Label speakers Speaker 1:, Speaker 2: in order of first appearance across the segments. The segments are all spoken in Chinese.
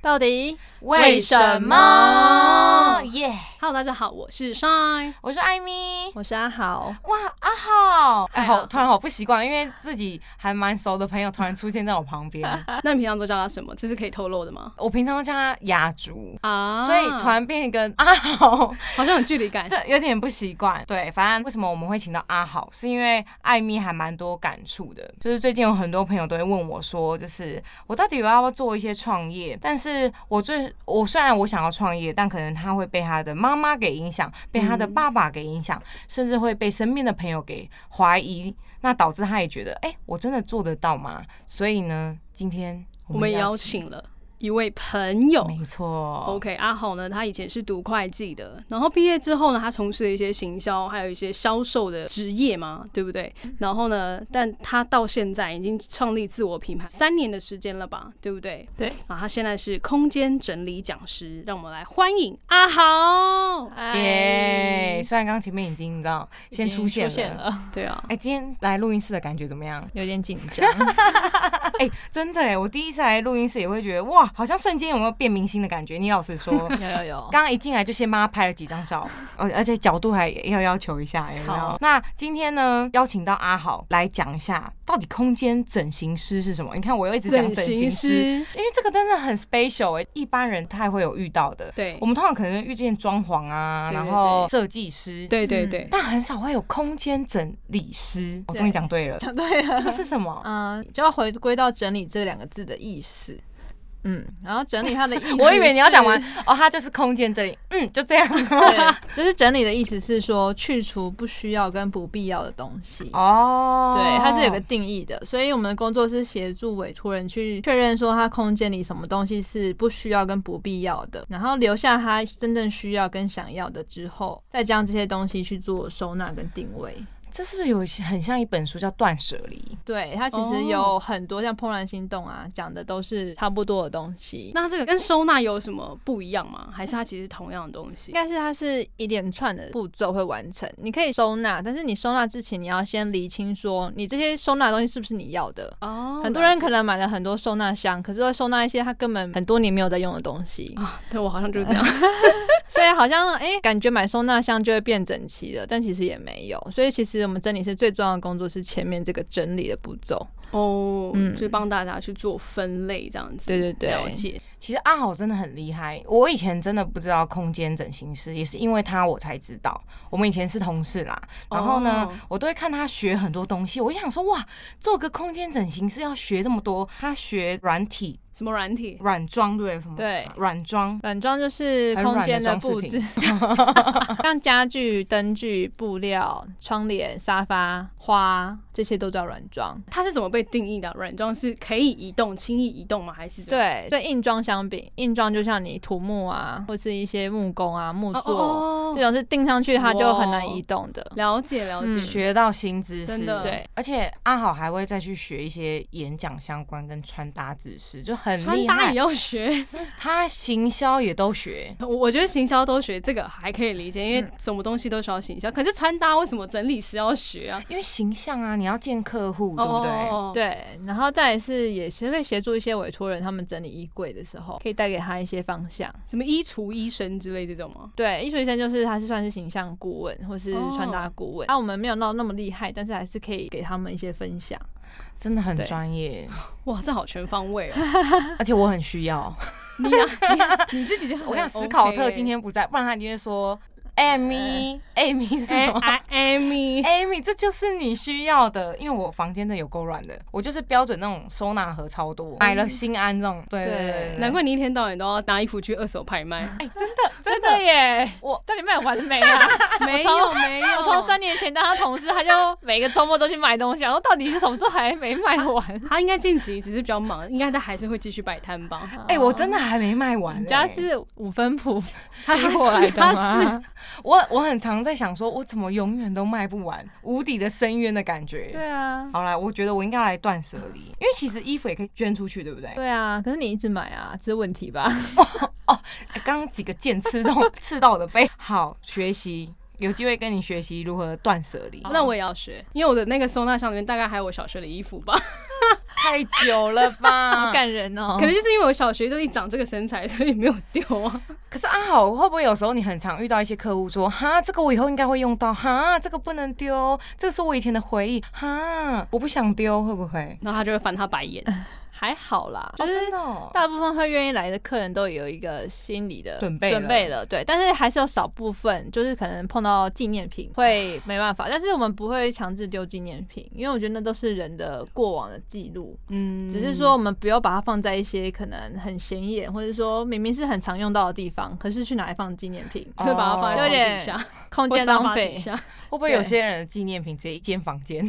Speaker 1: 到底
Speaker 2: 为什么？耶、
Speaker 1: ？Hello，大家好，我是 Shine。
Speaker 2: 我是艾米。
Speaker 3: 我是阿豪，
Speaker 2: 哇，阿浩，哎，
Speaker 1: 哎
Speaker 2: 好，
Speaker 1: 好
Speaker 2: 突然好不习惯，因为自己还蛮熟的朋友突然出现在我旁边，
Speaker 1: 那你平常都叫他什么？这是可以透露的吗？
Speaker 2: 我平常都叫他雅竹。
Speaker 1: 啊，
Speaker 2: 所以突然变一个阿豪，
Speaker 1: 好像有距离感。
Speaker 2: 这有点不习惯。对，反正为什么我们会请到阿豪，是因为艾米还蛮多感触的。就是最近有很多朋友都会问我说，就是我到底要不要做一些创业？但是我最我虽然我想要创业，但可能他会被他的妈妈给影响，被他的爸爸给影响，甚至会被身边的朋友给怀疑，那导致他也觉得，哎、我真的做得到吗？所以呢，今天
Speaker 1: 我们邀请了一位朋友，
Speaker 2: 没错
Speaker 1: OK，阿豪呢，他以前是读会计的，然后毕业之后呢，他从事了一些行销，还有一些销售的职业嘛，对不对？然后呢，但他到现在已经创立自我品牌三年的时间了吧，对不对？
Speaker 3: 对。
Speaker 1: 啊，他现在是空间整理讲师，让我们来欢迎阿豪。
Speaker 2: 耶！虽然刚刚前面已经你知道哎先
Speaker 3: 已经
Speaker 2: 出现了，
Speaker 3: 了，？
Speaker 1: 对啊，
Speaker 2: 哎、今天来录音室的感觉怎么样
Speaker 3: 有点紧张。
Speaker 2: 哎、真的哎、我第一次来录音室也会觉得哇，好像瞬间有没有变明星的感觉？你老实 说，
Speaker 3: 有有有，
Speaker 2: 刚刚一进来就先帮他拍了几张照，而而且角度还要要求一下，有没有
Speaker 3: 好？
Speaker 2: 那今天呢，邀请到阿豪来讲一下，到底空间整形师是什么？你看我又一直讲整形
Speaker 1: 形
Speaker 2: 师。
Speaker 1: 师，
Speaker 2: 因为这个真的很 special 哎、一般人太会有遇到的。
Speaker 1: 对
Speaker 2: 我们通常可能遇见装潢啊，
Speaker 1: 对对
Speaker 2: 然后设计师，
Speaker 1: 对对
Speaker 3: 嗯
Speaker 1: 对，
Speaker 2: 但很少会有空间整理师。我终于讲 对 啊了，
Speaker 3: 讲对
Speaker 2: 这个
Speaker 3: 了，
Speaker 2: 是什么？，
Speaker 3: 嗯，就要回归到整理这两个字的意思。嗯，然后整理它的意思 我
Speaker 2: 我以为你要讲完，哦，它就是空间这里，嗯，就这样。
Speaker 3: 对，就是整理的意思是说去除不需要跟不必要的东西。
Speaker 2: 哦，
Speaker 3: 对，它是有个定义的，所以我们的工作是协助委托人去确认说他空间里什么东西是不需要跟不必要的，然后留下他真正需要跟想要的之后，再将这些东西去做收纳跟定位。
Speaker 2: 这是不是有一些很像一本书叫《断舍离
Speaker 3: 对，它其
Speaker 1: 哦
Speaker 3: 实有很多像《怦然心动》啊，讲的都是差不多的东西。那
Speaker 1: 那这个跟收纳有什么不一样吗？还是它其实是同样的东西
Speaker 3: 应？该是它是一连串的步骤会完成，你可以收纳，但是你收纳之前，你要先厘清说你这些收纳的东西是不是你要的。
Speaker 1: 哦
Speaker 3: 很多人可能买了很多收纳箱，可是会收纳一些他根本很多年没有在用的东西，
Speaker 1: 啊，对我好像就是这样。
Speaker 3: 所以好像诶、感觉买收纳箱就会变整齐了，但其实也没有。所以其实我们整理师最重要的工作是前面这个整理的步骤。
Speaker 1: 哦，
Speaker 3: 嗯
Speaker 1: 就帮大家去做分类这样子，
Speaker 3: 对对对
Speaker 1: 了解，》。
Speaker 2: 其实阿豪真的很厉害，我以前真的不知道空间整形师，也是因为他我才知道。我们以前是同事啦，然后呢
Speaker 1: 哦
Speaker 2: 我都会看他学很多东西，我就想说哇，做个空间整形师要学这么多，他学软体、
Speaker 1: 什么软体？
Speaker 2: 软装对不对什么
Speaker 3: 对
Speaker 2: 软装，
Speaker 3: 软装就是空间的布 置，像家具、灯具、布料、窗帘、沙发、花，这些都叫软装。
Speaker 1: 它是怎么被定义的？软装是可以移动、轻易移动吗？还是怎么样？
Speaker 3: 对，对硬装相比，硬装就像你土木啊，或是一些木工啊、木
Speaker 1: 哦
Speaker 3: 作，
Speaker 1: 哦
Speaker 3: 这
Speaker 1: 哦，
Speaker 3: 种是钉上去它就很难移动的。
Speaker 1: 了解了解。
Speaker 3: 嗯
Speaker 2: 学到新知识，
Speaker 1: 真的
Speaker 3: 对，
Speaker 2: 而且阿好还会再去学一些演讲相关跟穿搭知识，就很
Speaker 1: 穿
Speaker 2: 厉
Speaker 1: 搭
Speaker 2: 害
Speaker 1: 也。要学，
Speaker 2: 他行销也都学，
Speaker 1: 我我觉得行销都学这个还可以理解，因为什么东西都需要行销。可是穿搭为什么整理师要学啊？
Speaker 2: 因为形象啊，你要见客户，对不对？
Speaker 1: 哦，对，
Speaker 3: 对，然后再来是也是会协助一些委托人，他们整理衣柜的时候，可以带给他一些方向。
Speaker 1: 什么衣橱、医生之类这种吗？
Speaker 3: 对，艺术医生就是他是算是形象顾问或是穿
Speaker 1: 哦
Speaker 3: 搭顾问，那、啊我们没有闹那么厉害，但是还是可以给他们一些分享。
Speaker 2: 真的很
Speaker 3: 对
Speaker 2: 专业，
Speaker 1: 哇，这好全方位哦！
Speaker 2: 而且我很需要。
Speaker 1: 你啊，你啊你自己就很
Speaker 2: 我想
Speaker 1: OK
Speaker 2: 斯考特
Speaker 1: 欸
Speaker 2: 今天不在，不然他一定会说，Amy，Amy 是
Speaker 1: 哎
Speaker 2: 什么？
Speaker 1: 哎，Amy，
Speaker 2: Amy，这就是你需要的，因为我房间真的有够乱的，我就是标准那种收纳盒超
Speaker 1: 嗯
Speaker 2: 多，买了心安这种。对对
Speaker 3: 对
Speaker 2: 对对，对
Speaker 1: 难怪你一天到晚都要拿衣服去二手拍卖。
Speaker 2: 哎
Speaker 3: 真的耶！
Speaker 2: 我
Speaker 3: 到底卖完 没啊？
Speaker 1: 没
Speaker 3: 我
Speaker 1: 有
Speaker 3: 从
Speaker 1: 没有，
Speaker 3: 我从三年前当他同事，他就每个周末都去买东西，然后到底是什么时候还没卖完？
Speaker 1: 他应该近期只是比较忙，应该他还是会继续摆摊吧。
Speaker 2: 哎、我真的还没卖完、欸。
Speaker 3: 你家是五分谱
Speaker 1: 他
Speaker 3: 批过来的
Speaker 1: 他是
Speaker 3: 吗？
Speaker 2: 我我很常在想说，我怎么永远都卖不完，无底的深渊的感觉。
Speaker 3: 对啊，
Speaker 2: 好啦，我觉得我应该来断舍离，因为其实衣服也可以捐出去，对不对？
Speaker 3: 对啊，可是你一直买啊，这是问题吧？
Speaker 2: 哎刚刚几个剑刺到 刺到我的背。好，学习有机会跟你学习如何断舍离。
Speaker 1: 那我也要学，因为我的那个收纳箱里面大概还有我小学的衣服吧。
Speaker 2: 太久了吧？
Speaker 3: 感人哦，
Speaker 1: 可能就是因为我小学就一长这个身材，所以没有丢啊。
Speaker 2: 可是阿好，会不会有时候你很常遇到一些客户说，哈，这个我以后应该会用到，哈，这个不能丢，这个是我以前的回忆，哈，我不想丢，会不会？
Speaker 1: 然后他就会翻他白眼。
Speaker 3: 还好啦，
Speaker 2: 哦
Speaker 3: 就是
Speaker 2: 真的哦
Speaker 3: 大部分会愿意来的客人都有一个心理的
Speaker 2: 准备了
Speaker 3: 准备了，对，但是还是有少部分就是可能碰到纪念品会没办法，但是我们不会强制丢纪念品，因为我觉得那都是人的过往的记录，
Speaker 2: 嗯
Speaker 3: 只是说我们不要把它放在一些可能很显眼，或者说明明是很常用到的地床地下可是去拿来放纪念品，
Speaker 1: 就会把它放在床底
Speaker 3: 有
Speaker 1: 下，
Speaker 3: 空
Speaker 1: 或
Speaker 3: 间
Speaker 1: 沙
Speaker 3: 浪
Speaker 1: 发
Speaker 3: 费
Speaker 1: 底。下，
Speaker 2: 哦会不会有些人的纪念品直接一间房间？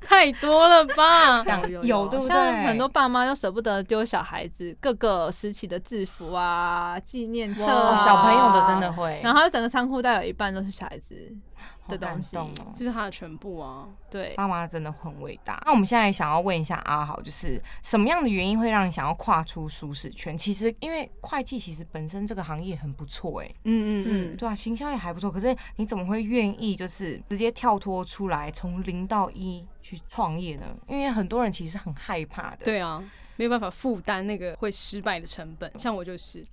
Speaker 1: 太多了 吧？
Speaker 2: 有对不对
Speaker 3: 像很多爸妈都舍不得丢小孩子各个时期的制服啊、纪念册啊、
Speaker 1: 哇
Speaker 2: 小朋友的真的会，
Speaker 3: 然后整个仓库带有一半都是小孩子
Speaker 2: 好
Speaker 3: 的
Speaker 2: 感
Speaker 3: 东西。
Speaker 2: 动哦
Speaker 1: 这是他的全部啊。
Speaker 3: 对，
Speaker 2: 爸妈真的很伟大。那我们现在想要问一下阿豪，就是什么样的原因会让你想要跨出舒适圈？其实因为会计其实本身这个行业很不错哎、
Speaker 1: 嗯
Speaker 3: 嗯
Speaker 2: 对啊，行销也还不错。可是你怎么会愿意就是直接跳脱出来，从零到一去创业呢？因为很多人其实很害怕的。，
Speaker 1: 对啊，没有办法负担那个会失败的成本。像我就是，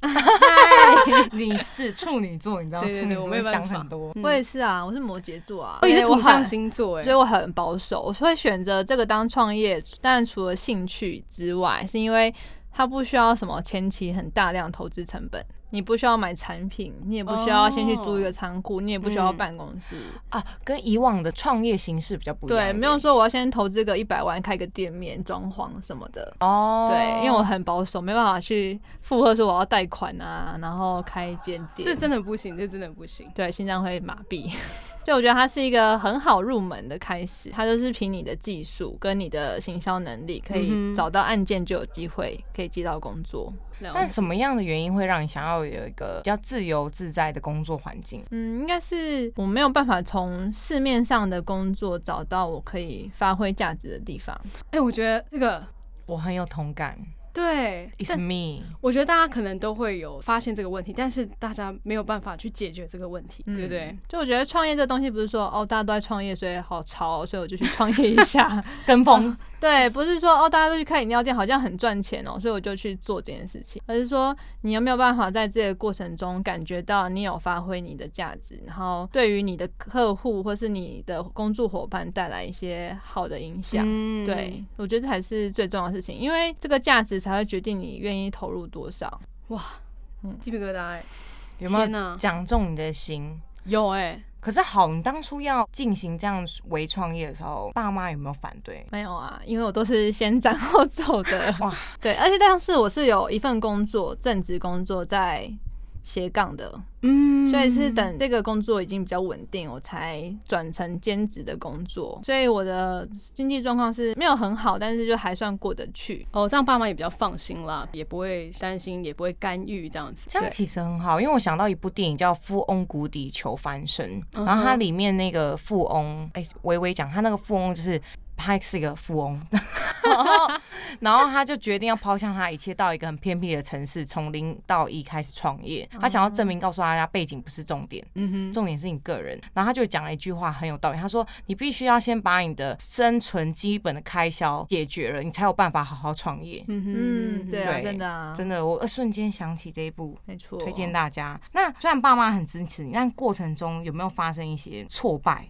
Speaker 2: 你是处女座，你知道
Speaker 1: 对对
Speaker 2: 处
Speaker 1: 对
Speaker 2: 女
Speaker 1: 我
Speaker 2: 座
Speaker 1: 没
Speaker 2: 会
Speaker 1: 办
Speaker 2: 想
Speaker 1: 法嗯
Speaker 2: 很多。
Speaker 3: 我也是啊，我是摩羯座啊，
Speaker 1: 哦，你是
Speaker 3: 我
Speaker 1: 土象
Speaker 3: 很，
Speaker 1: 星座
Speaker 3: 所
Speaker 1: 哎，
Speaker 3: 以我很保守，我会选择这个当创业。但除了兴趣之外，是因为它不需要什么前期很大量投资成本。你不需要买产品，你也不需要先去租一
Speaker 2: 哦
Speaker 3: 个仓库，你也不需要
Speaker 1: 嗯
Speaker 3: 办公室，
Speaker 2: 啊，跟以往的创业形式比较不一样一
Speaker 3: 对，
Speaker 2: 点。
Speaker 3: 没有说我要先投资个一百万开个店面、装潢什么的，
Speaker 2: 哦，
Speaker 3: 对，因为我很保守，没办法去负荷说我要贷款啊，然后开一间店，
Speaker 1: 这真的不行，这真的不行。
Speaker 3: 对，心脏会麻痹。 所以我觉得它是一个很好入门的开始，它就是凭你的技术跟你的行销能力，可
Speaker 1: 嗯
Speaker 3: 以
Speaker 1: 哼
Speaker 3: 找到案件就有机会可以接到工作。
Speaker 1: 了
Speaker 2: 但什么样的原因会让你想要有一个比较自由自在的工作环境？
Speaker 3: 嗯，应该是我没有办法从市面上的工作找到我可以发挥价值的地方。
Speaker 1: 哎，我觉得这个
Speaker 2: 我很有同感
Speaker 1: 对，
Speaker 2: ，It's
Speaker 1: 但
Speaker 2: me。
Speaker 1: 我觉得大家可能都会有发现这个问题，但是大家没有办法去解决这个问题，
Speaker 3: 嗯
Speaker 1: 对不对？？
Speaker 3: 就我觉得创业这东西不是说哦，大家都在创业，所以好潮，所以我就去创业一下。
Speaker 2: 跟风，
Speaker 3: 对，不是说哦，大家都去开饮料店，好像很赚钱哦，所以我就去做这件事情，而是说你有没有办法在这个过程中感觉到你有发挥你的价值，然后对于你的客户或是你的工作伙伴带来一些好的影响。
Speaker 1: 嗯
Speaker 3: 对，，我觉得这才是最重要的事情，因为这个价值才会决定你愿意投入多少。
Speaker 1: 哇
Speaker 3: 嗯，
Speaker 1: 鸡皮疙瘩哎，
Speaker 2: 有没
Speaker 1: 天哪
Speaker 2: 有讲中你的心？
Speaker 1: 有哎，
Speaker 2: 可是好，你当初要进行这样微创业的时候，爸妈有没有反对？
Speaker 3: 没有啊，因为我都是先斩后奏的。
Speaker 2: 哇，
Speaker 3: 对，而且但是我是有一份工作，正职工作在斜杠的，
Speaker 1: 嗯
Speaker 3: 所以是等这个工作已经比较稳定，我才转成兼职的工作。所以我的经济状况是没有很好，但是就还算过得去。
Speaker 1: 哦，这样爸妈也比较放心啦，也不会担心，也不会干预这样子。
Speaker 2: 这样
Speaker 1: 对
Speaker 2: 其实很好，因为我想到一部电影叫《富翁谷底求翻身》，
Speaker 1: 嗯哼
Speaker 2: 然后它里面那个富翁，哎、微微讲他那个富翁就是。他是一个富翁， 然后然后他就决定要抛下他一切，到一个很偏僻的城市，从零到一开始创业。他想要证明告诉大家，背景不是重点，
Speaker 1: 哦嗯哼，
Speaker 2: 重点是你个人。然后他就讲了一句话很有道理，他说：“你必须要先把你的生存基本的开销解决了，你才有办法好好创业。
Speaker 1: 嗯哼
Speaker 3: 嗯，对啊，
Speaker 2: 对
Speaker 3: 真的啊，
Speaker 2: 真的，我瞬间想起这一部，
Speaker 3: 没错，
Speaker 2: 推荐大家。那虽然爸妈很支持你，但过程中有没有发生一些挫败？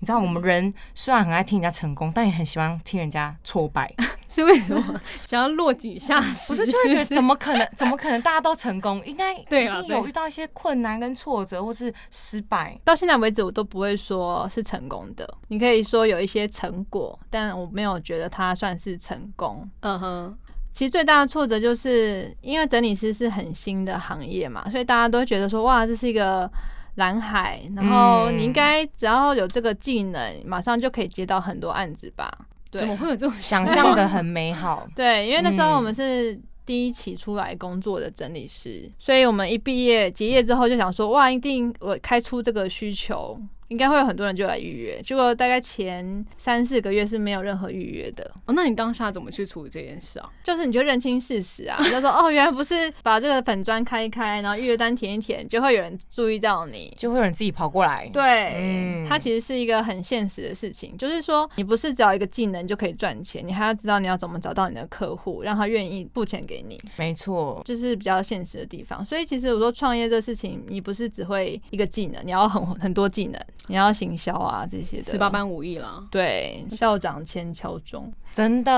Speaker 2: 你知道，我们人虽然很爱听人家成功，但也很喜欢听人家挫败。
Speaker 1: 是为什么想要落井下石？
Speaker 2: 啊不 是，就啊会觉得怎么可能？怎么可能大家都成功？应该一
Speaker 1: 对啦
Speaker 2: 定有
Speaker 1: 对
Speaker 2: 遇到一些困难跟挫折，或是失败。
Speaker 3: 到现在为止，我都不会说是成功的。你可以说有一些成果，但我没有觉得它算是成功。
Speaker 1: 嗯哼，
Speaker 3: 其实最大的挫折就是因为整理师是很新的行业嘛，所以大家都会觉得说，哇，这是一个蓝海，然后
Speaker 2: 嗯
Speaker 3: 你应该只要有这个技能，马上就可以接到很多案子吧？
Speaker 1: 怎么
Speaker 3: 对，，
Speaker 1: 会有这种想
Speaker 2: 想象的很美好
Speaker 3: 对，因为那时候
Speaker 2: 嗯
Speaker 3: 我们是第一期出来工作的整理师，所以我们一毕业结业之后就想说，哇，一定我开出这个需求。应该会有很多人就来预约，结果大概前三四个月是没有任何预约的，
Speaker 1: 哦，那你当下怎么去处理这件事啊？
Speaker 3: 就是你就认清事实啊， 你就说哦，原来不是把这个粉砖开一开，然后预约单填一填，就会有人注意到你，
Speaker 2: 就会有人自己跑过来。
Speaker 3: 对，
Speaker 2: 嗯
Speaker 3: 它其实是一个很现实的事情，就是说你不是只要一个技能就可以赚钱，你还要知道你要怎么找到你的客户，让他愿意付钱给你，
Speaker 2: 没错，
Speaker 3: 就是比较现实的地方。所以其实我说创业这事情，你不是只会一个技能，你要很很多技能，你要行销啊这些的。
Speaker 1: 十八般武艺啦，
Speaker 3: 对，校长千敲钟，
Speaker 2: 真的，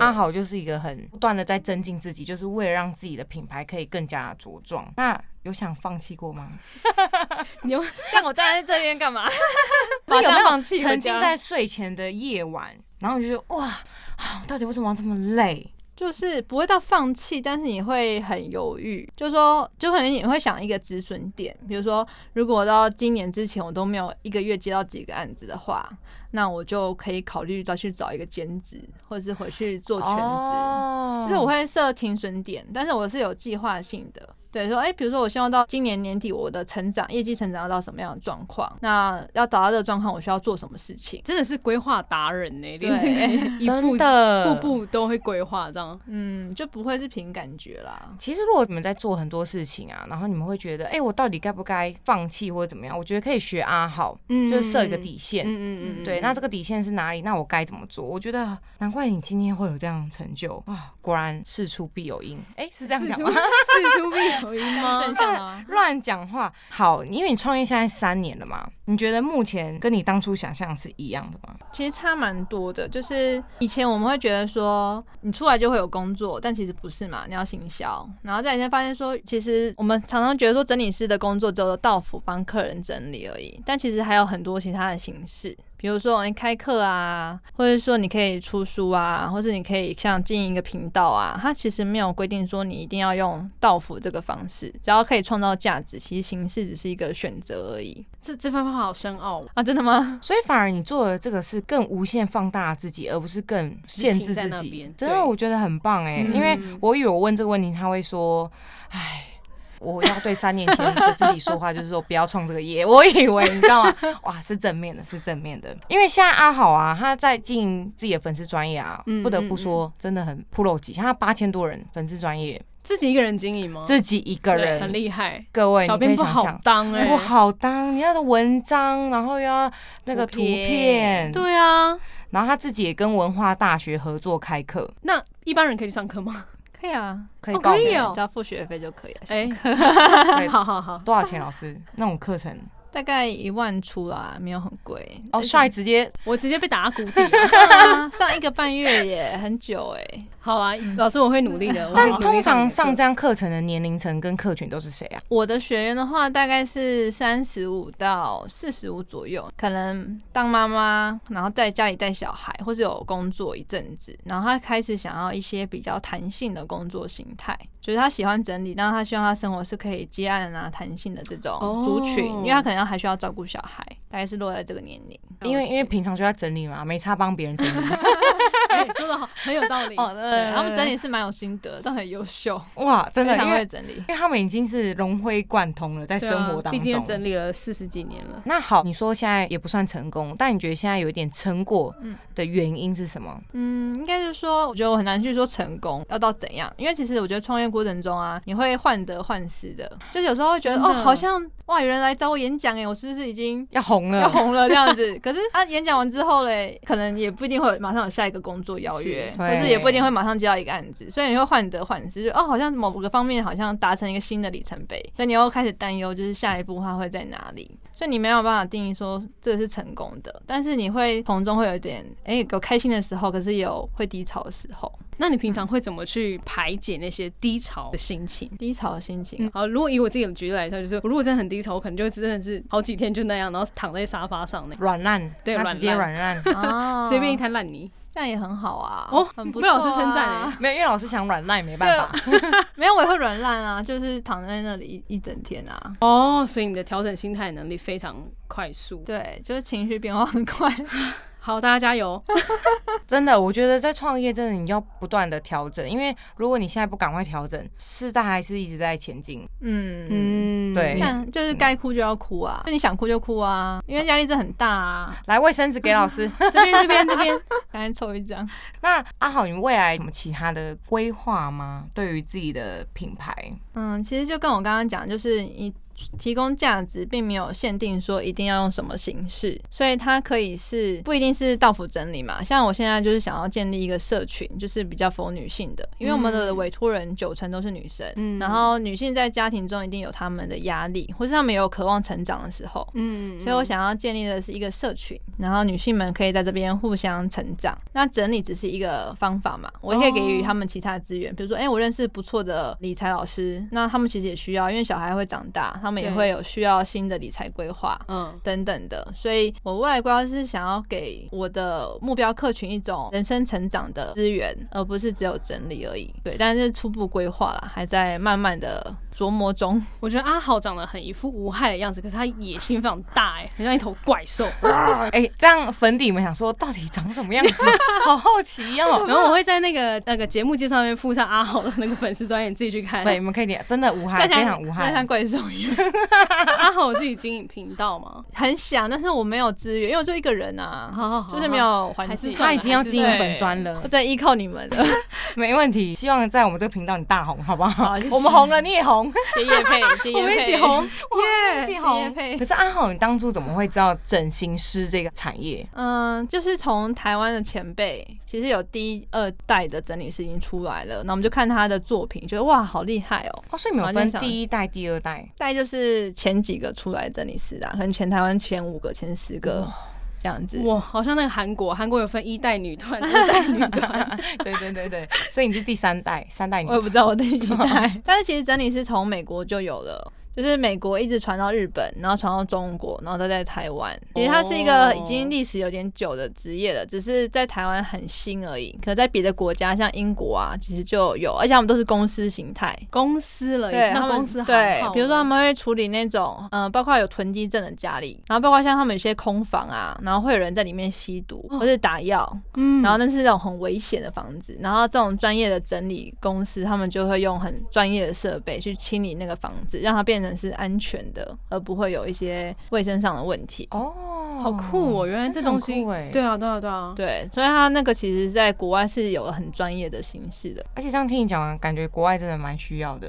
Speaker 2: 阿好就是一个很不断的在增进自己，就是为了让自己的品牌可以更加茁壮。那有想放弃过吗？
Speaker 1: 你有
Speaker 3: 但我站在这边干嘛？
Speaker 2: 这有没有
Speaker 3: 放弃
Speaker 2: 曾经在睡前的夜晚，然后你就觉得哇，啊到底为什么要这么累？
Speaker 3: 就是不会到放弃，但是你会很犹豫，就是说，就可能你会想一个止损点，比如说，如果到今年之前我都没有一个月接到几个案子的话，那我就可以考虑再去找一个兼职，或者是回去做全职。
Speaker 2: 哦
Speaker 3: 就是我会设停损点，但是我是有计划性的。对，说，哎、比如说我希望到今年年底我的成长业绩成长要到什么样的状况，那要达到这个状况，我需要做什么事情？
Speaker 1: 真的是规划达人呢、连
Speaker 3: 对
Speaker 1: 这个一步
Speaker 2: 真的
Speaker 1: 步步都会规划这样。
Speaker 3: 嗯，就不会是凭感觉啦。
Speaker 2: 其实，如果你们在做很多事情啊，然后你们会觉得，哎、我到底该不该放弃或者怎么样？我觉得可以学阿好，
Speaker 1: 嗯
Speaker 2: 就是设一个底线。
Speaker 1: 嗯
Speaker 2: 对，那这个底线是哪里？那我该怎么做？我觉得难怪你今天会有这样的成就哇！果然事出必有因，哎、是这样
Speaker 1: 事
Speaker 2: 讲
Speaker 1: 出
Speaker 2: 吗？
Speaker 1: 事出必有因吗？
Speaker 3: 正向啊，
Speaker 2: 乱讲话。好，因为你创业现在三年了嘛，你觉得目前跟你当初想象是一样的吗？
Speaker 3: 其实差蛮多的，就是以前我们会觉得说你出来就会有工作，但其实不是嘛，你要行销。然后再你发现说，其实我们常常觉得说整理师的工作只有到府帮客人整理而已，但其实还有很多其他的形式。比如说，你开课啊，或者说你可以出书啊，或是你可以像经营一个频道啊，它其实没有规定说你一定要用到府这个方式，只要可以创造价值，其实形式只是一个选择而已
Speaker 1: 这这番话好深奥，哦
Speaker 3: 啊！真的吗？
Speaker 2: 所以反而你做的这个是更无限放大自己，而不是更限制
Speaker 1: 只
Speaker 2: 自
Speaker 1: 停在那
Speaker 2: 己
Speaker 1: 边。
Speaker 2: 真的，
Speaker 1: 对
Speaker 2: 我觉得很棒哎、
Speaker 1: 嗯
Speaker 2: 因为我以为我问这个问题，他会说，哎。我要对三年前的自己说话，就是说不要创这个业。我以为你知道吗？哇，是正面的，是正面的。因为现在阿好啊，他在经营自己的粉丝专业啊
Speaker 1: 嗯，
Speaker 2: 不得不说真的很 pro 级，像他八千多人粉丝专业，
Speaker 1: 自己一个人经营吗？
Speaker 2: 自己一个
Speaker 1: 哦对很
Speaker 2: 人，
Speaker 1: 厉害，
Speaker 2: 各位
Speaker 1: 小
Speaker 2: 你可
Speaker 1: 编
Speaker 2: 以
Speaker 1: 不
Speaker 2: 想
Speaker 1: 好
Speaker 2: 象，
Speaker 1: 当哎、
Speaker 2: 不好当。你要的文章，然后又要那个
Speaker 3: 图
Speaker 2: 图
Speaker 3: 片
Speaker 2: 片，
Speaker 1: 对啊，
Speaker 2: 然后他自己也跟文化大学合作开 课，
Speaker 1: 那一般人可以去上课吗？
Speaker 3: 可以啊，
Speaker 2: 可
Speaker 1: 哦
Speaker 2: 以报
Speaker 1: 可以
Speaker 2: 名、
Speaker 1: 哦
Speaker 3: 只要付学费就可以了。
Speaker 1: 哎、
Speaker 2: 对
Speaker 1: 好好好，
Speaker 2: 多少钱？老师那种课程
Speaker 3: 大概一万出啦，没有很贵。
Speaker 2: 哦，帅直接
Speaker 1: 我直接被打谷底了。
Speaker 3: 啊上一个半月耶，很久哎、
Speaker 1: 好啊，老师我会努力的。
Speaker 3: 呃
Speaker 1: 我会
Speaker 2: 但
Speaker 1: 努力
Speaker 2: 通常上
Speaker 1: 课
Speaker 2: 这样课程的年龄层跟客群都是谁啊？
Speaker 3: 我的学员的话，大概是三十五到四十五左右，可能当妈妈，然后在家里带小孩，或者有工作一阵子，然后他开始想要一些比较弹性的工作形态，就是他喜欢整理，但他希望他生活是可以接案啊、弹性的这种
Speaker 1: 哦
Speaker 3: 族群，因为他可能还需要照顾小孩，大概是落在这个年龄。
Speaker 2: 因为
Speaker 1: 了解
Speaker 2: 因为平常就在整理嘛，没差帮别人整 理。
Speaker 1: 哎说的好，很有道理。
Speaker 3: 哦
Speaker 2: 哦
Speaker 3: 对，他们整理是蛮有心得，都很优 秀，
Speaker 2: 哇，真的，
Speaker 3: 非
Speaker 2: 因
Speaker 3: 常
Speaker 2: 为
Speaker 3: 会整理。
Speaker 2: 因为他们已经是融会贯通了，在
Speaker 1: 对
Speaker 2: 生
Speaker 1: 啊
Speaker 2: 活当
Speaker 1: 毕竟
Speaker 2: 中。
Speaker 1: 整理了四十几年了。
Speaker 2: 那好，你说现在也不算成功，但你觉得现在有一点成果
Speaker 3: 嗯
Speaker 2: 的原因是什么？
Speaker 3: 嗯，应该是说，我觉得我很难去说成功要到怎样，因为其实我觉得创业过程中啊，你会患得患失的，就是有时候会觉得
Speaker 1: 真的
Speaker 3: 哦，好像哇，有人来找我演讲哎，我是不是已经
Speaker 2: 要红了，
Speaker 3: 要红 了这样子？可是啊，演讲完之后嘞，可能也不一定会有马上有下一个工作邀约，
Speaker 2: 是
Speaker 3: 或
Speaker 2: 对
Speaker 3: 是也不一定会马上接到一个案子，所以你会患得患失，就哦，好像某个方面好像达成一个新的里程碑，所以你又开始担忧，就是下一步它会在哪里？所以你没有办法定义说这是成功的，但是你会从中会有一点，哎、有开心的时候，可是也有会低潮的时候，
Speaker 1: 那你平常会怎么去排解那些低潮的心情？
Speaker 3: 低潮的心情。啊
Speaker 1: 嗯，好，如果以我自己的举例来说，就是我如果真的很低潮，我可能就真的是好几天就那样，然后躺在沙发上那样，
Speaker 2: 软烂，
Speaker 1: 对
Speaker 2: 他直接
Speaker 1: 软
Speaker 2: 软烂。
Speaker 3: 啊，
Speaker 1: 这边一滩烂泥。
Speaker 3: 这样也很好啊，
Speaker 1: 嗯哦
Speaker 3: 很不
Speaker 1: 被
Speaker 3: 错、啊。
Speaker 1: 老师称赞欸
Speaker 2: 没有，因为老师想软烂也没办法。
Speaker 3: 没有我也会软烂啊，就是躺在那里一一整天啊。
Speaker 1: 哦，所以你的调整心态能力非常快速。
Speaker 3: 对，就是情绪变化很快。
Speaker 1: 好，大家加油！
Speaker 2: 真的，我觉得在创业真的你要不断的调整，因为如果你现在不赶快调整，世代还是一直在前进。
Speaker 3: 嗯嗯。
Speaker 1: 嗯，
Speaker 2: 对
Speaker 3: 但就是该哭就要哭啊，就你想哭就哭啊，因为压力真的很大啊。
Speaker 2: 来，卫生纸给老 师。
Speaker 1: 这边这边这边，
Speaker 3: 赶紧抽一张。
Speaker 2: 那阿好，你未来有什么其他的规划吗？对于自己的品牌，
Speaker 3: 嗯，其实就跟我刚刚讲，就是你提供价值，并没有限定说一定要用什么形式，所以它可以是不一定是道府整理嘛。像我现在就是想要建立一个社群，就是比较否女性的，因为我们的
Speaker 1: 嗯
Speaker 3: 委托人九成都是女生，
Speaker 1: 嗯
Speaker 3: 然后女性在家庭中一定有她们的压力，或是她们有渴望成长的时候，
Speaker 1: 嗯
Speaker 3: 所以我，想要建立的是一个社群，然后女性们可以在这边互相成长。那整理只是一个方法嘛，我也可以给予他们其他资源，比如说，哎、我认识不错的理财老师，那他们其实也需要，因为小孩会长大，他们也
Speaker 1: 对
Speaker 3: 会有需要新的理财规划。
Speaker 1: 嗯，
Speaker 3: 等等的，所以我未来规划是想要给我的目标客群一种人生成长的资源，而不是只有整理而已。对，但是初步规划啦，还在慢慢的琢磨中。
Speaker 1: 我觉得阿豪长得很一副无害的样子，可是他野心非常大，哎，很像一头怪 兽。
Speaker 3: 啊
Speaker 2: 哎、这样粉底们想说到底长什么 样子，好好奇哦。
Speaker 1: 然后我会在那个那个节目介绍那边附上阿豪的那个粉丝专页，你自己去看。
Speaker 2: 对，你们可以点，真的无害，
Speaker 3: 再
Speaker 2: 非
Speaker 3: 像
Speaker 2: 常无
Speaker 3: 再 像
Speaker 2: 害。
Speaker 3: 怪兽一样。
Speaker 1: 阿豪有自己经营频道吗？
Speaker 3: 很想，但是我没有资源，因为我就一个人啊，
Speaker 1: 好好好，
Speaker 3: 就是没有环
Speaker 1: 还是
Speaker 3: 境，
Speaker 1: 算
Speaker 2: 他
Speaker 1: 了
Speaker 2: 已经要
Speaker 1: 还是
Speaker 2: 经营
Speaker 1: 算
Speaker 2: 粉砖了
Speaker 3: 我，在依靠你们的
Speaker 2: 没问题。希望在我们这个频道你大红，好不好？
Speaker 3: 好谢谢
Speaker 2: 我们红了，你也红，
Speaker 3: 接业 配，接业配，
Speaker 1: 我们一起红，
Speaker 2: 耶
Speaker 3: 接业配
Speaker 2: 可。是阿好，你当初怎么会知道整形师这个产业？
Speaker 3: 嗯，就是从台湾的前辈，其实有第一、二代的整理师已经出来了，那我们就看他的作品，觉得哇，好厉害哦。
Speaker 2: 哦，所以你们有
Speaker 3: 好
Speaker 2: 分
Speaker 3: 你想
Speaker 2: 第一代、第二代。
Speaker 3: 再就是前几个出来的整理师啊啦，可能前台湾前五个、前十个这样子。
Speaker 1: 哇，好像那个韩国，韩国有分一代女团、二代女团，
Speaker 2: 对对对对，所以你是第三代，三代女
Speaker 3: 我也不知道我第几 代，但是其实整理是从美国就有了。就是美国一直传到日本，然后传到中国，然后再在台湾。其实它是一
Speaker 1: 哦
Speaker 3: 个已经历史有点久的职业了，只是在台湾很新而已。可在别的国家，像英国啊，其实就有，而且他们都是公司形态。
Speaker 1: 公司了，
Speaker 3: 对，
Speaker 1: 也是
Speaker 3: 他
Speaker 1: 那
Speaker 3: 们
Speaker 1: 公司啊行
Speaker 3: 对
Speaker 1: 号，
Speaker 3: 比如说他
Speaker 1: 了
Speaker 3: 们会处理那种，嗯、包括有囤积症的家里，然后包括像他们有些空房啊，然后会有人在里面吸毒
Speaker 1: 哦
Speaker 3: 或是打药，
Speaker 1: 嗯
Speaker 3: 然后那是那种很危险的房子，然后这种专业的整理公司，他们就会用很专业的设备去清理那个房子，让它变成是安全的，而不会有一些卫生上的问题。
Speaker 2: 哦，
Speaker 1: 好酷哦，原来这
Speaker 2: 真的很
Speaker 1: 东西
Speaker 2: 酷欸，
Speaker 1: 对啊，对啊，对啊，
Speaker 3: 对，所以它那个其实在国外是有很专业的形式的，
Speaker 2: 而且这样听你讲完，感觉国外真的蛮需要的，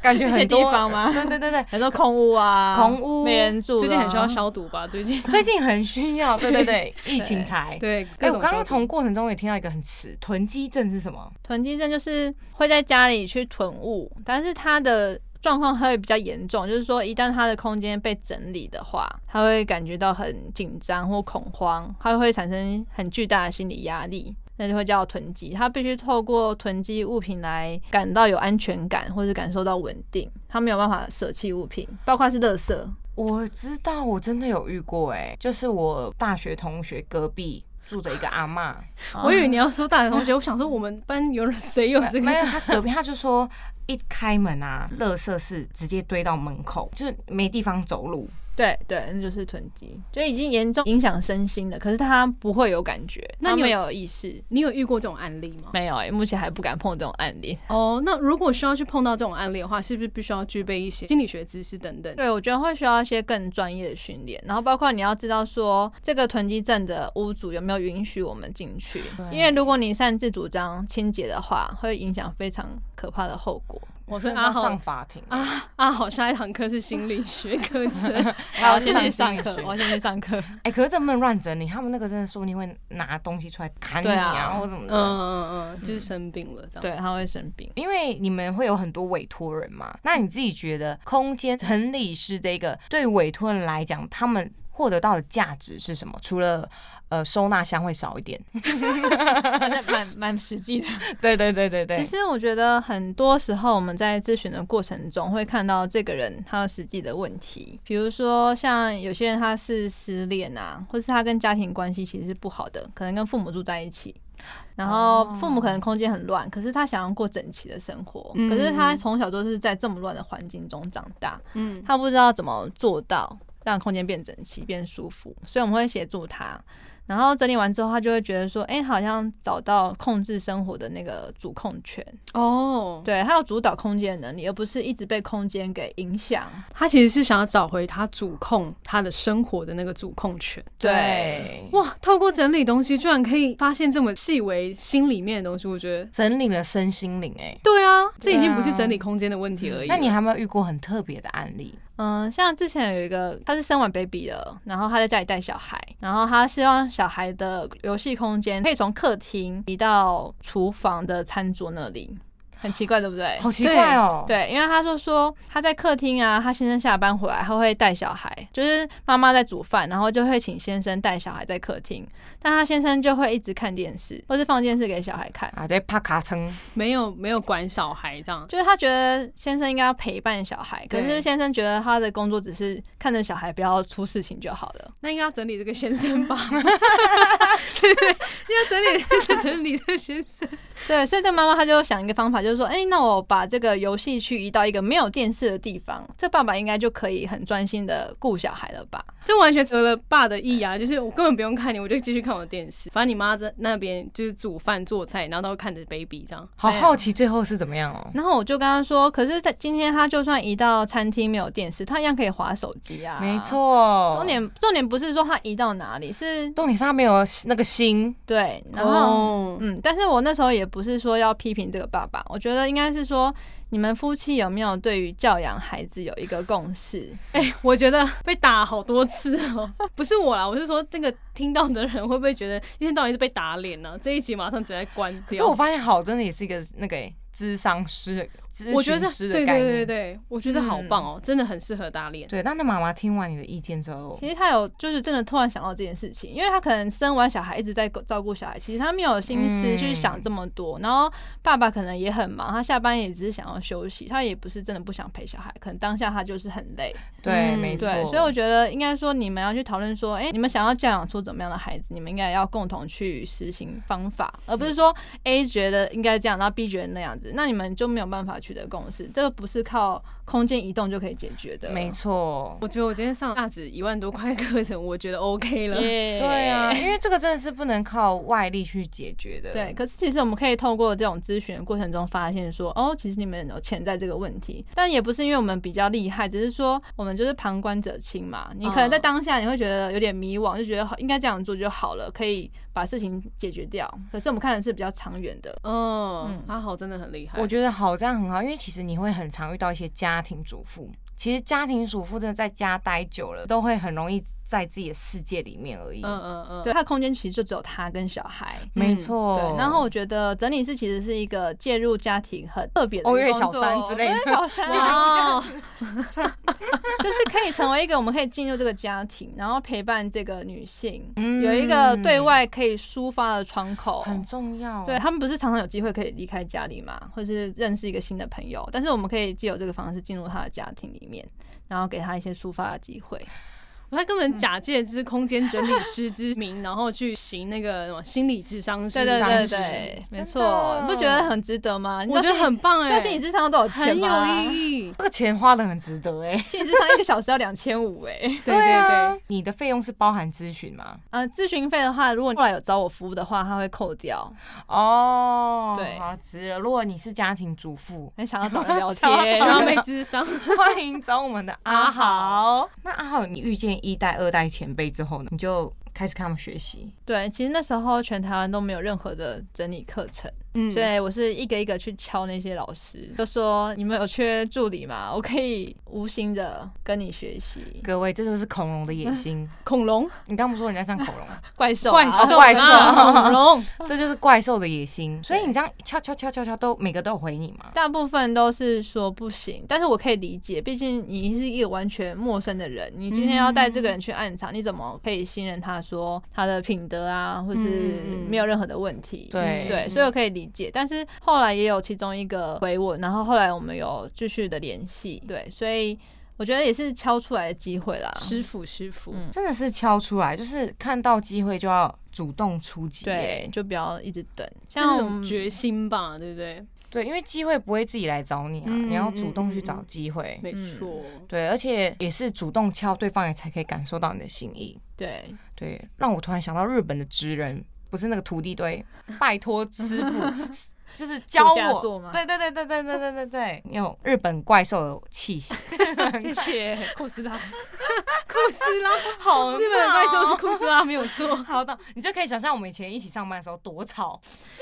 Speaker 2: 感觉
Speaker 3: 一些
Speaker 2: 很
Speaker 3: 地
Speaker 2: 多
Speaker 3: 方吗
Speaker 2: 对对对对，
Speaker 3: 很多空屋啊，
Speaker 2: 空屋
Speaker 3: 没人住啊，
Speaker 1: 最近很需要消毒吧？最近
Speaker 2: 最近很需要，对对对，疫情才。
Speaker 1: 对，
Speaker 2: 哎、
Speaker 1: 各
Speaker 2: 我
Speaker 1: 种
Speaker 2: 刚
Speaker 1: 消
Speaker 2: 刚
Speaker 1: 毒
Speaker 2: 从过程中也听到一个很词，囤积症是什么？
Speaker 3: 囤积症就是会在家里去囤物，但是它的状况会比较严重，就是说一旦它的空间被整理的话，他会感觉到很紧张或恐慌，他会产生很巨大的心理压力。那就会叫囤积，他必须透过囤积物品来感到有安全感，或者感受到稳定。他没有办法舍弃物品，包括是垃圾。
Speaker 2: 我知道，我真的有遇过、哎，就是我大学同学隔壁住着一个阿嬷。
Speaker 1: 我以为你要说大学同学，我想说我们班有人谁有 这个
Speaker 2: 没？有，他隔壁他就说，一开门啊，垃圾是直接堆到门口，就是没地方走路。
Speaker 3: 对对，那就是囤积，就已经严重影响身心了。可是他不会有感觉，
Speaker 1: 那
Speaker 3: 他
Speaker 1: 你有
Speaker 3: 没有意识，
Speaker 1: 你有遇过这种案例吗？
Speaker 3: 没有哎、目前还不敢碰这种案例。
Speaker 1: 哦，那如果需要去碰到这种案例的话，是不是必须要具备一些心理学知识等等？
Speaker 3: 对，我觉得会需要一些更专业的训练，然后包括你要知道说这个囤积症的屋主有没有允许我们进去，因为如果你擅自主张清洁的话，会影响非常可怕的后果。
Speaker 1: 我是
Speaker 2: 真的
Speaker 1: 阿
Speaker 2: 要
Speaker 1: 豪
Speaker 2: 上法庭欸
Speaker 1: 啊啊！好，下一堂课是心理学课程，
Speaker 3: 好，
Speaker 2: 要
Speaker 3: 我先
Speaker 2: 上
Speaker 3: 去上
Speaker 2: 心理
Speaker 3: 课
Speaker 2: 学，
Speaker 3: 我先去上课。
Speaker 2: 哎、可是这不能乱整理，他们那个真的说不定会拿东西出来砍你
Speaker 3: 对啊
Speaker 2: 啊，或怎么
Speaker 1: 嗯
Speaker 2: 的。
Speaker 1: 嗯嗯，就是生病了，这样
Speaker 3: 对，他会生病。
Speaker 2: 因为你们会有很多委托人嘛，那你自己觉得空间整理师这个对委托人来讲，他们获得到的价值是什么？除了呃收纳箱会少一点，
Speaker 3: 那蛮蛮实际的。
Speaker 2: 对对对对对，
Speaker 3: 其实我觉得很多时候我们在咨询的过程中会看到这个人他实际的问题，比如说像有些人他是失恋啊，或是他跟家庭关系其实是不好的，可能跟父母住在一起。然后
Speaker 2: 哦
Speaker 3: 父母可能空间很乱，可是他想要过整齐的生活，
Speaker 1: 嗯
Speaker 3: 可是他从小都是在这么乱的环境中长大，
Speaker 1: 嗯
Speaker 3: 他不知道怎么做到让空间变整齐、变舒服，所以我们会协助他。然后整理完之后，他就会觉得说，哎、好像找到控制生活的那个主控权，
Speaker 1: 哦，对，
Speaker 3: 对他有主导空间的能力，而不是一直被空间给影响。
Speaker 1: 他其实是想要找回他主控他的生活的那个主控权。
Speaker 2: 对，
Speaker 1: 哇，透过整理东西，居然可以发现这么细微心里面的东西，我觉得。
Speaker 2: 整理了身心灵哎、
Speaker 1: 对啊，这已经不是
Speaker 2: 对啊
Speaker 1: 整理空间的问题而已
Speaker 2: 啊
Speaker 1: 了。
Speaker 2: 那你还有没有遇过很特别的案例？
Speaker 3: 嗯，像之前有一个，他是生完 baby 了，然后他在家里带小孩，然后他希望小孩的游戏空间可以从客厅移到厨房的餐桌那里，很奇怪，对不对？
Speaker 2: 好奇怪哦、
Speaker 3: 对，因为他就说他在客厅啊，他先生下班回来，他会带小孩，就是妈妈在煮饭，然后就会请先生带小孩在客厅，但他先生就会一直看电视，或是放电视给小孩看。
Speaker 2: 啊，对，帕卡称
Speaker 1: 没有没有管小孩这样，
Speaker 3: 就是他觉得先生应该要陪伴小孩，可
Speaker 1: 对
Speaker 3: 是先生觉得他的工作只是看着小孩不要出事情就好了。
Speaker 1: 那应该要整理这个先生吧？ 对对，要整理整理这个先生。
Speaker 3: 对，所以这妈妈她就想一个方法，就是说，哎、那我把这个游戏区移到一个没有电视的地方，这爸爸应该就可以很专心的顾小孩了吧？
Speaker 1: 这完全折了爸的意啊！就是我根本不用看你，我就继续看我的电视。反正你妈在那边就是煮饭做菜，然后都看着 baby 这样。
Speaker 2: 好好奇最后是怎么样哦、
Speaker 3: 然后我就跟他说，可是，在今天他就算移到餐厅没有电视，他一样可以划手机啊。
Speaker 2: 没。错，
Speaker 3: 重点重点不是说他移到哪里，是
Speaker 2: 重点是他没有那个心，
Speaker 3: 对，然后、
Speaker 1: 哦
Speaker 3: 嗯，但是我那时候也不是说要批评这个爸爸，我觉得应该是说你们夫妻有没有对于教养孩子有一个共识？
Speaker 1: 我觉得被打好多次哦， 不是我啦，我是说这个听到的人会不会觉得一天到晚是被打脸呢、这一集马上直接关
Speaker 2: 可是
Speaker 1: 掉
Speaker 2: 我。发现好真的也是一个那个欸智商师，咨
Speaker 1: 我觉得
Speaker 2: 询
Speaker 1: 这
Speaker 2: 师的
Speaker 1: 对对
Speaker 2: 概念。
Speaker 1: 对对，我觉得好棒哦，真的很适合打脸。
Speaker 2: 对那那妈妈听完你的意见之后，
Speaker 3: 其实他有就是真的突然想到这件事情，因为他可能生完小孩一直在照顾小孩，其实他没有心思去
Speaker 2: 嗯
Speaker 3: 想这么多。然后爸爸可能也很忙，他下班也只是想要休息，他也不是真的不想陪小孩，可能当下他就是很累。
Speaker 2: 对，
Speaker 1: 嗯
Speaker 2: 没错。
Speaker 3: 对，所以我觉得应该说你们要去讨论说，哎、你们想要教养出怎么样的孩子，你们应该要共同去实行方法，而不是说
Speaker 2: 嗯
Speaker 3: A 觉得应该这样，然后 B 觉得那样子，那你们就没有办法取得共识。这个不是靠空间移动就可以解决的。
Speaker 2: 没错。
Speaker 1: 我觉得我今天上大指一万多块课程，我觉得 OK 了。
Speaker 3: 耶
Speaker 2: 对啊，因为这个真的是不能靠外力去解决的。
Speaker 3: 对，可是其实我们可以透过这种咨询的过程中发现说，哦，其实你们有潜在这个问题，但也不是因为我们比较厉害，只是说我们就是旁观者清嘛。你可能在
Speaker 1: 嗯
Speaker 3: 当下你会觉得有点迷惘，就觉得好应该这样做就好了，可以把事情解决掉。可是我们看的是比较长远的，
Speaker 1: 嗯
Speaker 3: 嗯，
Speaker 1: 阿豪真的很厉害。
Speaker 2: 我觉得好这样很好，因为其实你会很常遇到一些家庭主妇。其实家庭主妇真的在家待久了，都会很容易在自己的世界里面而已。
Speaker 1: 嗯嗯嗯，
Speaker 3: 对，他的空间其实就只有他跟小孩。
Speaker 2: 没错、
Speaker 3: 嗯对，然后我觉得整理师其实是一个介入家庭很特别的
Speaker 2: 哦
Speaker 3: 一个
Speaker 2: 有点
Speaker 3: 工
Speaker 2: 小
Speaker 3: 作
Speaker 2: 三之类的
Speaker 3: 有点小三 啊，
Speaker 1: 哇哦，
Speaker 3: 就是可以成为一个我们可以进入这个家庭，然后陪伴这个女性，
Speaker 2: 嗯
Speaker 3: 有一个对外可以抒发的窗口。
Speaker 2: 很重要。
Speaker 3: 对他们不是常常有机会可以离开家里嘛，或是认识一个新的朋友，但是我们可以借由这个方式进入他的家庭里面，然后给他一些抒发的机会。
Speaker 1: 他根本假借之空间整理师之名， 然后去行那个什么心理智商师
Speaker 3: 对
Speaker 1: 的
Speaker 3: 对对
Speaker 2: 是
Speaker 1: 方式，
Speaker 3: 对，没
Speaker 2: 真
Speaker 3: 错，
Speaker 2: 的
Speaker 3: 你不觉得很值得吗？你
Speaker 1: 我
Speaker 3: 知道
Speaker 1: 觉得
Speaker 3: 心理
Speaker 1: 很棒哎，
Speaker 3: 在心理智商都有钱
Speaker 1: 很有
Speaker 3: 吗？
Speaker 1: 意义。
Speaker 2: 这个钱花的很值得哎、
Speaker 3: 心理智商一个小时要两千五哎。
Speaker 1: 对对
Speaker 2: 啊，你的费用是包含咨询吗？
Speaker 3: 呃，咨询费的话，如果你后来有找我服务的话，他会扣掉。
Speaker 2: 哦，
Speaker 3: 对
Speaker 2: 好值了。如果你是家庭主妇，
Speaker 3: 很想要找人聊
Speaker 1: 对，
Speaker 3: 天，
Speaker 1: 然后被智 商。
Speaker 2: 欢迎找我 们的阿
Speaker 1: 阿
Speaker 2: 豪。那阿豪，你遇见一代、二代前辈之后呢，你就开始跟他们学习。
Speaker 3: 对，其实那时候全台湾都没有任何的整理课程，
Speaker 1: 嗯
Speaker 3: 所以我是一个一个去敲那些老师，就说你们有缺助理吗？我可以无形的跟你学习。
Speaker 2: 各位，这就是恐龙的野 心。
Speaker 1: 恐龙，
Speaker 2: 你刚不说人家像恐龙吗，
Speaker 3: 怪兽、
Speaker 1: 怪
Speaker 3: 啊，
Speaker 1: 兽，
Speaker 2: 怪兽
Speaker 1: 啊恐龙。
Speaker 2: 这就是怪兽的野 心。所以你这样敲敲敲敲敲，都每个都有回你吗？
Speaker 3: 大部分都是说不行，但是我可以理解，毕竟你是一个完全陌生的人，你今天要带
Speaker 1: 嗯
Speaker 3: 这个人去暗场，你怎么可以信任他说他的品德啊，或是
Speaker 1: 嗯嗯嗯
Speaker 3: 没有任何的问题？
Speaker 2: 对
Speaker 3: 对，
Speaker 1: 嗯
Speaker 3: 所以我可以理解。但是后来也有其中一个回我，然后后来我们有继续的联系，对，所以我觉得也是敲出来的机会啦。
Speaker 1: 师傅，师傅，
Speaker 3: 啊嗯
Speaker 2: 真的是敲出来，就是看到机会就要主动出击耶。
Speaker 3: 对，就不要一直等。
Speaker 1: 像那
Speaker 3: 像我
Speaker 1: 种
Speaker 3: 们
Speaker 1: 决心吧，对不对？
Speaker 2: 对，因为机会不会自己来找你啊，
Speaker 3: 嗯
Speaker 2: 你要主动去
Speaker 3: 嗯
Speaker 2: 找
Speaker 3: 嗯
Speaker 2: 机会。
Speaker 1: 没错，
Speaker 2: 对，而且也是主动敲对方，也才可以感受到你的心意。
Speaker 3: 对，
Speaker 2: 对，让我突然想到日本的职人，不是那个徒弟堆，拜托师 傅，就是教
Speaker 3: 下
Speaker 2: 我
Speaker 3: 做吗。
Speaker 2: 对对对对对对对对对，有日本怪兽的气息，
Speaker 3: 谢谢库斯拉，
Speaker 1: 库斯拉，
Speaker 2: 好
Speaker 1: 日本的怪兽是
Speaker 2: 酷。。
Speaker 1: 库斯拉，没有错
Speaker 2: 好的，你就可以想象我们以前一起上班的时候多 吵。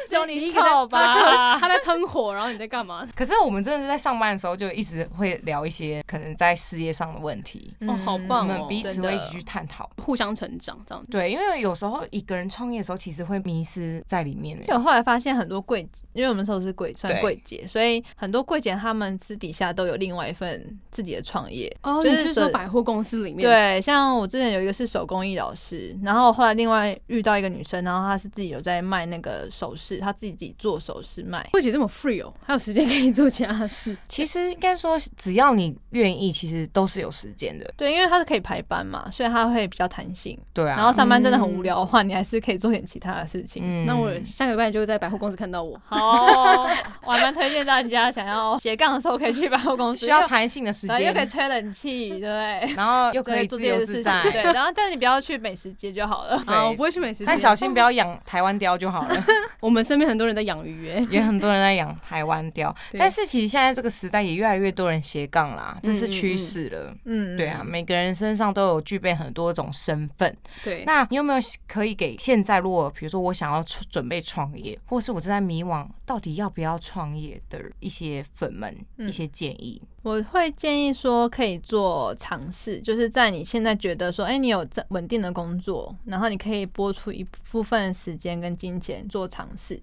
Speaker 1: 只有
Speaker 3: 你
Speaker 1: 一
Speaker 3: 一个在
Speaker 1: 个吧？他在喷火，然后你在干嘛？
Speaker 2: 可是我们真的是在上班的时候就一直会聊一些可能在事业上的问题，
Speaker 1: 哦好棒
Speaker 2: 我
Speaker 1: 哦
Speaker 2: 们彼此
Speaker 3: 真的
Speaker 2: 会一起去探讨。
Speaker 1: 互相成长这样。
Speaker 2: 对，因为有时候一个人创业的时候，其实会迷失在里面欸。
Speaker 3: 就我后来发现很多柜姐，因为我们那时候是柜算
Speaker 2: 对
Speaker 3: 柜姐，所以很多柜姐她们私底下都有另外一份自己的创业。
Speaker 1: 哦，
Speaker 3: 就
Speaker 1: 你
Speaker 3: 是
Speaker 1: 是说
Speaker 3: 是
Speaker 1: 百货公司里面？，
Speaker 3: 对，像我之前有一个是手工艺老师，然后后来另外遇到一个女生，然后她是自己有在卖那个首饰，她自己自己做首饰卖。
Speaker 1: 会姐这么 free 哦，还有时间可以做其他事。
Speaker 2: 其实应该说，只要你愿意，其实都是有时间的。
Speaker 3: 对，因为她是可以排班嘛，所以她会比较弹性。
Speaker 2: 对啊，
Speaker 3: 然后上班真的很无聊的话，你还是可以做点其他的事情。
Speaker 2: 嗯
Speaker 1: 那我下个礼拜就会在百货公司看到我。
Speaker 3: 好哦、我还蛮推荐大家想要斜杠的时候可以去百货公司，
Speaker 2: 需要弹性的时
Speaker 3: 然后又可以
Speaker 2: 间，
Speaker 3: 吹冷气，对不对？
Speaker 2: 然后又可以
Speaker 3: 做
Speaker 2: 自
Speaker 3: 这些
Speaker 2: 由
Speaker 3: 事
Speaker 2: 自
Speaker 3: 情，
Speaker 2: 在。
Speaker 3: 对。然后，但你不要去美食街就好了。
Speaker 2: 对
Speaker 1: 啊，我不会去美食街
Speaker 2: 但。小
Speaker 3: 哦
Speaker 2: 心不要养台湾雕就好了，
Speaker 1: 我们身边很多人在养鱼耶。
Speaker 2: 也很多人在养台湾 雕。
Speaker 1: 对
Speaker 2: 但是其实现在这个时代也越来越多人斜杠啦，这是趋势了。
Speaker 3: 嗯，
Speaker 2: 对啊，，每个人身上都有具备很多种身份。
Speaker 1: 对，
Speaker 2: 那你有没有可以给现在，如果比如说我想要出准备创业，或是我正在迷惘到底要不要创业的一些粉们
Speaker 3: 嗯
Speaker 2: 一些建议？
Speaker 3: 我会建议说可以做尝试，就是在你现在觉得说，哎、你有这稳定的工作，然后你可以拨出一部分时间跟金钱做尝试。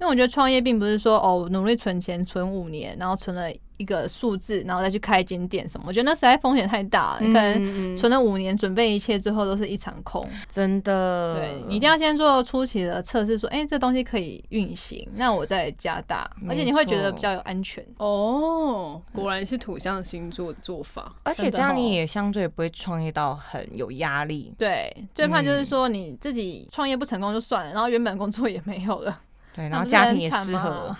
Speaker 3: 因为我觉得创业并不是说哦努力存钱存五年，然后存了一个数字，然后再去开一间店什么。我觉得那实在风险太大了，你可能
Speaker 1: 嗯嗯嗯
Speaker 3: 存了五年准备一切，最后都是一场空。
Speaker 2: 真的，
Speaker 3: 对你一定要先做初期的测试，说，哎、这东西可以运行，那我再加大，而且你会觉
Speaker 2: 没
Speaker 3: 得
Speaker 2: 错
Speaker 3: 比较有安全。
Speaker 1: 哦，果然是土象星座的做 法。
Speaker 2: 而且
Speaker 3: 真的
Speaker 2: 这样你
Speaker 3: 哦
Speaker 2: 也相对不会创业到很有压力。
Speaker 3: 对，最怕就是说
Speaker 2: 嗯
Speaker 3: 你自己创业不成功就算了，然后原本工作也没有了，
Speaker 2: 对，然
Speaker 3: 那
Speaker 2: 后
Speaker 3: 不是
Speaker 2: 家
Speaker 3: 很
Speaker 2: 庭也
Speaker 3: 惨
Speaker 2: 失和
Speaker 3: 吗
Speaker 2: 了，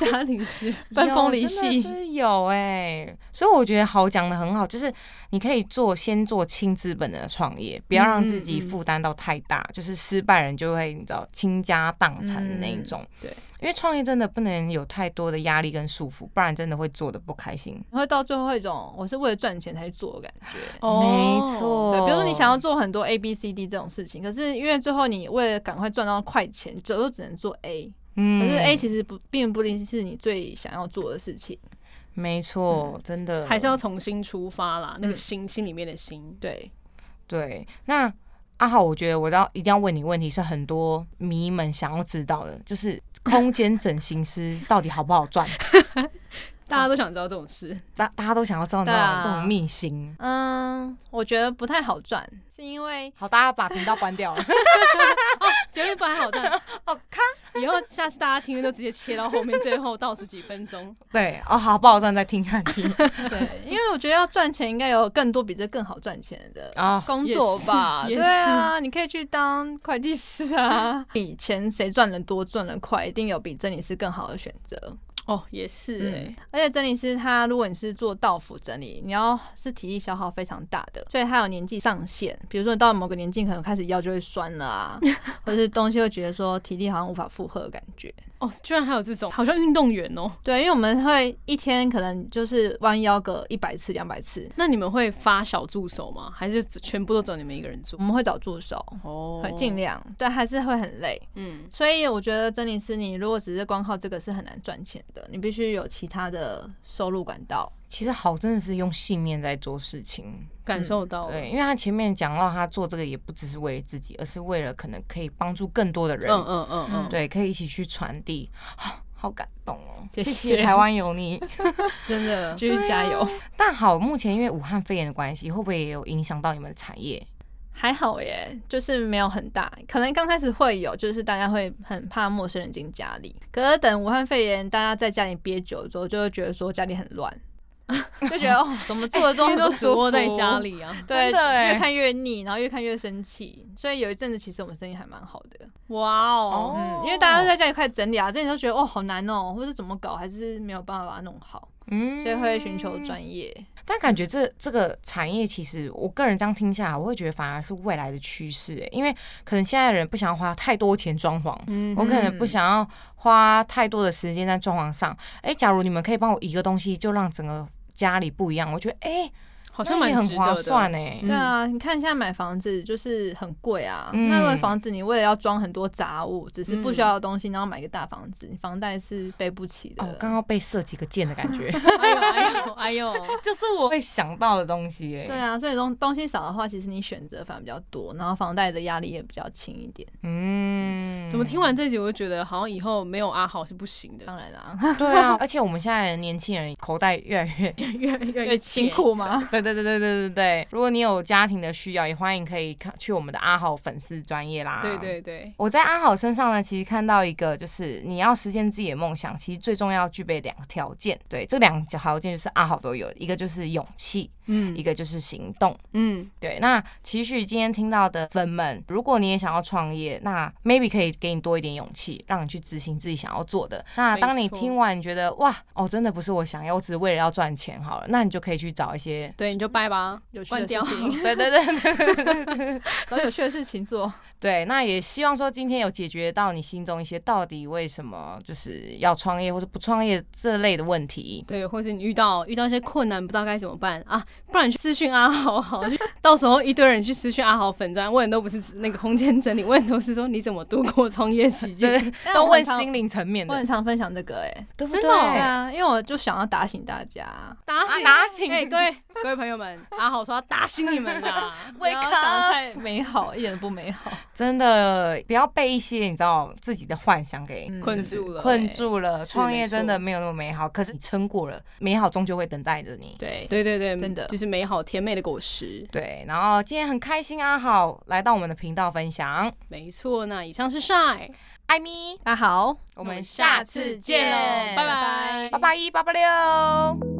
Speaker 1: 家庭是
Speaker 3: 奔
Speaker 2: 有
Speaker 3: 风离
Speaker 2: 真的
Speaker 3: 析
Speaker 2: 是有哎、所以我觉得豪讲的很好，就是你可以做先做轻资本的创业，不要让自己
Speaker 1: 嗯嗯嗯
Speaker 2: 负担到太大，就是失败人就会你知道倾家荡产的那一种。
Speaker 3: 嗯对，
Speaker 2: 因为创业真的不能有太多的压力跟束缚，不然真的会做的不开心。
Speaker 3: 然后到最后会有一种我是为了赚钱才去做的感觉。
Speaker 2: 没。
Speaker 1: 哦
Speaker 2: 错，
Speaker 3: 对，比如说你想要做很多 A、B、C、D 这种事情，可是因为最后你为了赶快赚到快钱，最后只能做 A，可
Speaker 2: 嗯，
Speaker 3: 是 A 其实不并不一定是你最想要做的事情。
Speaker 2: 没错，真的
Speaker 1: 还是要重新出发啦，那个
Speaker 3: 嗯
Speaker 1: 心心里面的心，
Speaker 3: 对，
Speaker 2: 对，那阿豪，我觉得我要一定要问你问题，是很多迷们想要知道的，就是空间整形师到底好不好赚？
Speaker 1: 大家都想知道这种事。
Speaker 2: 大大家都想要知道你知
Speaker 3: 对
Speaker 2: 道
Speaker 3: 啊
Speaker 2: 这种秘辛。
Speaker 3: 嗯，我觉得不太好赚，是因为
Speaker 2: 好，大家把频道关掉了。
Speaker 1: 结论不还好赞，
Speaker 2: 好
Speaker 1: 以后下次大家听就直接切到后面最后倒数几分 钟。
Speaker 2: 对，哦，好不好赚再听下 去
Speaker 3: 对，因为我觉得要赚钱，应该有更多比这更好赚钱的
Speaker 2: 啊。
Speaker 3: 工作吧，
Speaker 1: 也
Speaker 3: 对
Speaker 1: 是
Speaker 3: 啊，你可以去当会计 师啊。比钱谁赚的多赚的快，一定有比珍妮斯更好的选择。
Speaker 1: 哦，也是哎、
Speaker 2: 欸
Speaker 3: 嗯，而且珍妮斯她如果你是做到府整理，你要是体力消耗非常大的，所以她有年纪上限。比如说你到某个年纪，可能开始腰就会酸了 啊，或者是东西会觉得说体力好像无法负荷的感觉。
Speaker 1: 哦，居然还有这种，好像运动员哦。
Speaker 3: 对，因为我们会一天可能就是弯腰个一百次、两百次，
Speaker 1: 那你们会发小助手吗？还是全部都只有你们一个人做
Speaker 2: 嗯
Speaker 3: 我？们会找助手，
Speaker 1: 哦
Speaker 3: 会尽。量，但还是会很累。
Speaker 1: 嗯，
Speaker 3: 所以我觉得珍妮斯，你如果只是光靠这个是很难赚钱的，你必须有其他的收入管道。
Speaker 2: 其实好真的是用信念在做事情，
Speaker 1: 感受到了。
Speaker 2: 对，因为他前面讲到他做这个也不只是为了自己，而是为了可能可以帮助更多的人，
Speaker 1: 嗯嗯嗯嗯，
Speaker 2: 对，可以一起去传递， 啊好感动哦，
Speaker 3: 谢
Speaker 2: 谢
Speaker 3: 谢
Speaker 2: 谢台湾有你。
Speaker 1: 真的
Speaker 3: 继续加油。
Speaker 2: 但好，目前因为武汉肺炎的关系，会不会也有影响到你们的产业？
Speaker 3: 还好耶，就是没有很大，可能刚开始会有，就是大家会很怕陌生人进家里。可是等武汉肺炎大家在家里憋久了之后，就会觉得说家里很乱， 就觉 得哦，怎么做的东西都
Speaker 1: 主
Speaker 3: 舒
Speaker 1: 窝
Speaker 3: 服
Speaker 1: 在家。里啊。
Speaker 2: 真
Speaker 3: 对，
Speaker 2: 的欸
Speaker 3: 越看越腻，然后越看越生气，所以有一阵子其实我们生意还蛮好的，
Speaker 1: 哇哦，
Speaker 3: 嗯，因为大家都在家里开始整理啊，之前都觉得哦好难哦，或者怎么搞，还是没有办法把它弄好，
Speaker 2: 嗯
Speaker 3: 所以会寻求专业。
Speaker 2: 但感觉这这个产业，其实我个人这样听下来，我会觉得反而是未来的趋势、欸，因为可能现在的人不想要花太多钱装潢，
Speaker 1: 嗯
Speaker 2: 我可能不想要花太多的时间在装潢上。哎、假如你们可以帮我一个东西，就让整个家里不一样，我觉得哎、欸
Speaker 1: 好像
Speaker 2: 那也
Speaker 1: 蛮值
Speaker 2: 很划
Speaker 1: 得的
Speaker 2: 算。哎、
Speaker 1: 嗯
Speaker 3: 对啊，你看现在买房子就是很贵啊，
Speaker 2: 嗯
Speaker 3: 那如果房子你为了要装很多杂物，只是不
Speaker 1: 嗯
Speaker 3: 需要的东西，然后买个大房子，你房贷是背不起的。
Speaker 2: 哦，刚刚被射几个箭的感觉，
Speaker 1: 哎呦哎呦哎呦，
Speaker 2: 就是我会想到的东西、欸。
Speaker 3: 对，啊，所以东东西少的话，其实你选择反而比较多，然后房贷的压力也比较轻一点。
Speaker 2: 嗯
Speaker 1: 怎么听完这集我就觉得好像以后没有阿豪是不行的，
Speaker 3: 当然啦、
Speaker 2: 对啊， 而且我们现在的年轻人口袋越来 越
Speaker 1: 越越
Speaker 3: 越辛苦嘛。
Speaker 2: 对对对对对对对，如果你有家庭的需要，也欢迎可以看去我们的阿豪粉丝专业啦。
Speaker 1: 对。对对，
Speaker 2: 我在阿豪身上呢，其实看到一个，就是你要实现自己的梦想，其实最重要具备两个条件。对，这两个条件就是阿豪都有，一个就是勇气，
Speaker 1: 嗯
Speaker 2: 一个就是行动。
Speaker 1: 嗯，
Speaker 2: 对，那期许今天听到的粉们，如果你也想要创业，那 maybe 可以给你多一点勇气，让你去执行自己想要做的。那当你
Speaker 1: 没错
Speaker 2: 听完，你觉得哇，哦，真的不是我想要，我只是为了要赚钱好了，那你就可以去找一些
Speaker 1: 对，你就拜吧，
Speaker 3: 有趣
Speaker 1: 关
Speaker 3: 的
Speaker 1: 掉
Speaker 3: 事。情，
Speaker 2: 对对对对
Speaker 3: 找有趣的事 情做。
Speaker 2: 对，那也希望说今天有解决到你心中一些到底为什么就是要创业或者不创业这类的问题。
Speaker 1: 对，或是你遇到遇到一些困难，不知道该怎么办啊，不然你去私讯阿豪好了，就到时候一堆人去私讯阿豪粉砖，问的都不是指那个空间整理，问的都是说你怎么度过创业期
Speaker 2: 对
Speaker 1: 间，
Speaker 2: 对，
Speaker 3: 但
Speaker 2: 都
Speaker 3: 我
Speaker 2: 问
Speaker 3: 很常
Speaker 2: 心灵层面
Speaker 3: 我很
Speaker 2: 的，
Speaker 3: 常分享这个哎、欸，
Speaker 2: 对不
Speaker 1: 真
Speaker 2: 对
Speaker 1: 的哦
Speaker 3: 对啊，因为我就想要打醒大家，
Speaker 1: 打
Speaker 2: 啊
Speaker 1: 醒
Speaker 2: 打醒
Speaker 1: 哎、各位各位朋友们，阿豪说要打醒你们啦，
Speaker 3: 不要想得太美好，一点都不美好。
Speaker 2: 真的不要被一些你知道自己的幻想给
Speaker 3: 嗯
Speaker 1: 困
Speaker 2: 就是
Speaker 1: 住了哎
Speaker 2: 困住了。
Speaker 1: 是
Speaker 2: 创业
Speaker 1: 没错
Speaker 2: 真的没有那么美好，可是你撑过了，美好终究会等待着你。
Speaker 3: 对，
Speaker 1: 对对对，
Speaker 3: 真的
Speaker 1: 就是美好甜美的果实，
Speaker 2: 对，然后今天很开心阿好来到我们的频道分享，
Speaker 1: 没错。那以上是 Shine，
Speaker 2: 艾米，
Speaker 3: 大家好，
Speaker 2: 我
Speaker 1: 我
Speaker 2: 们
Speaker 1: 们
Speaker 2: 下
Speaker 1: 下
Speaker 2: 次
Speaker 1: 次
Speaker 2: 见
Speaker 1: 见喽，拜
Speaker 2: 拜
Speaker 1: 拜，
Speaker 2: 八八一八八六。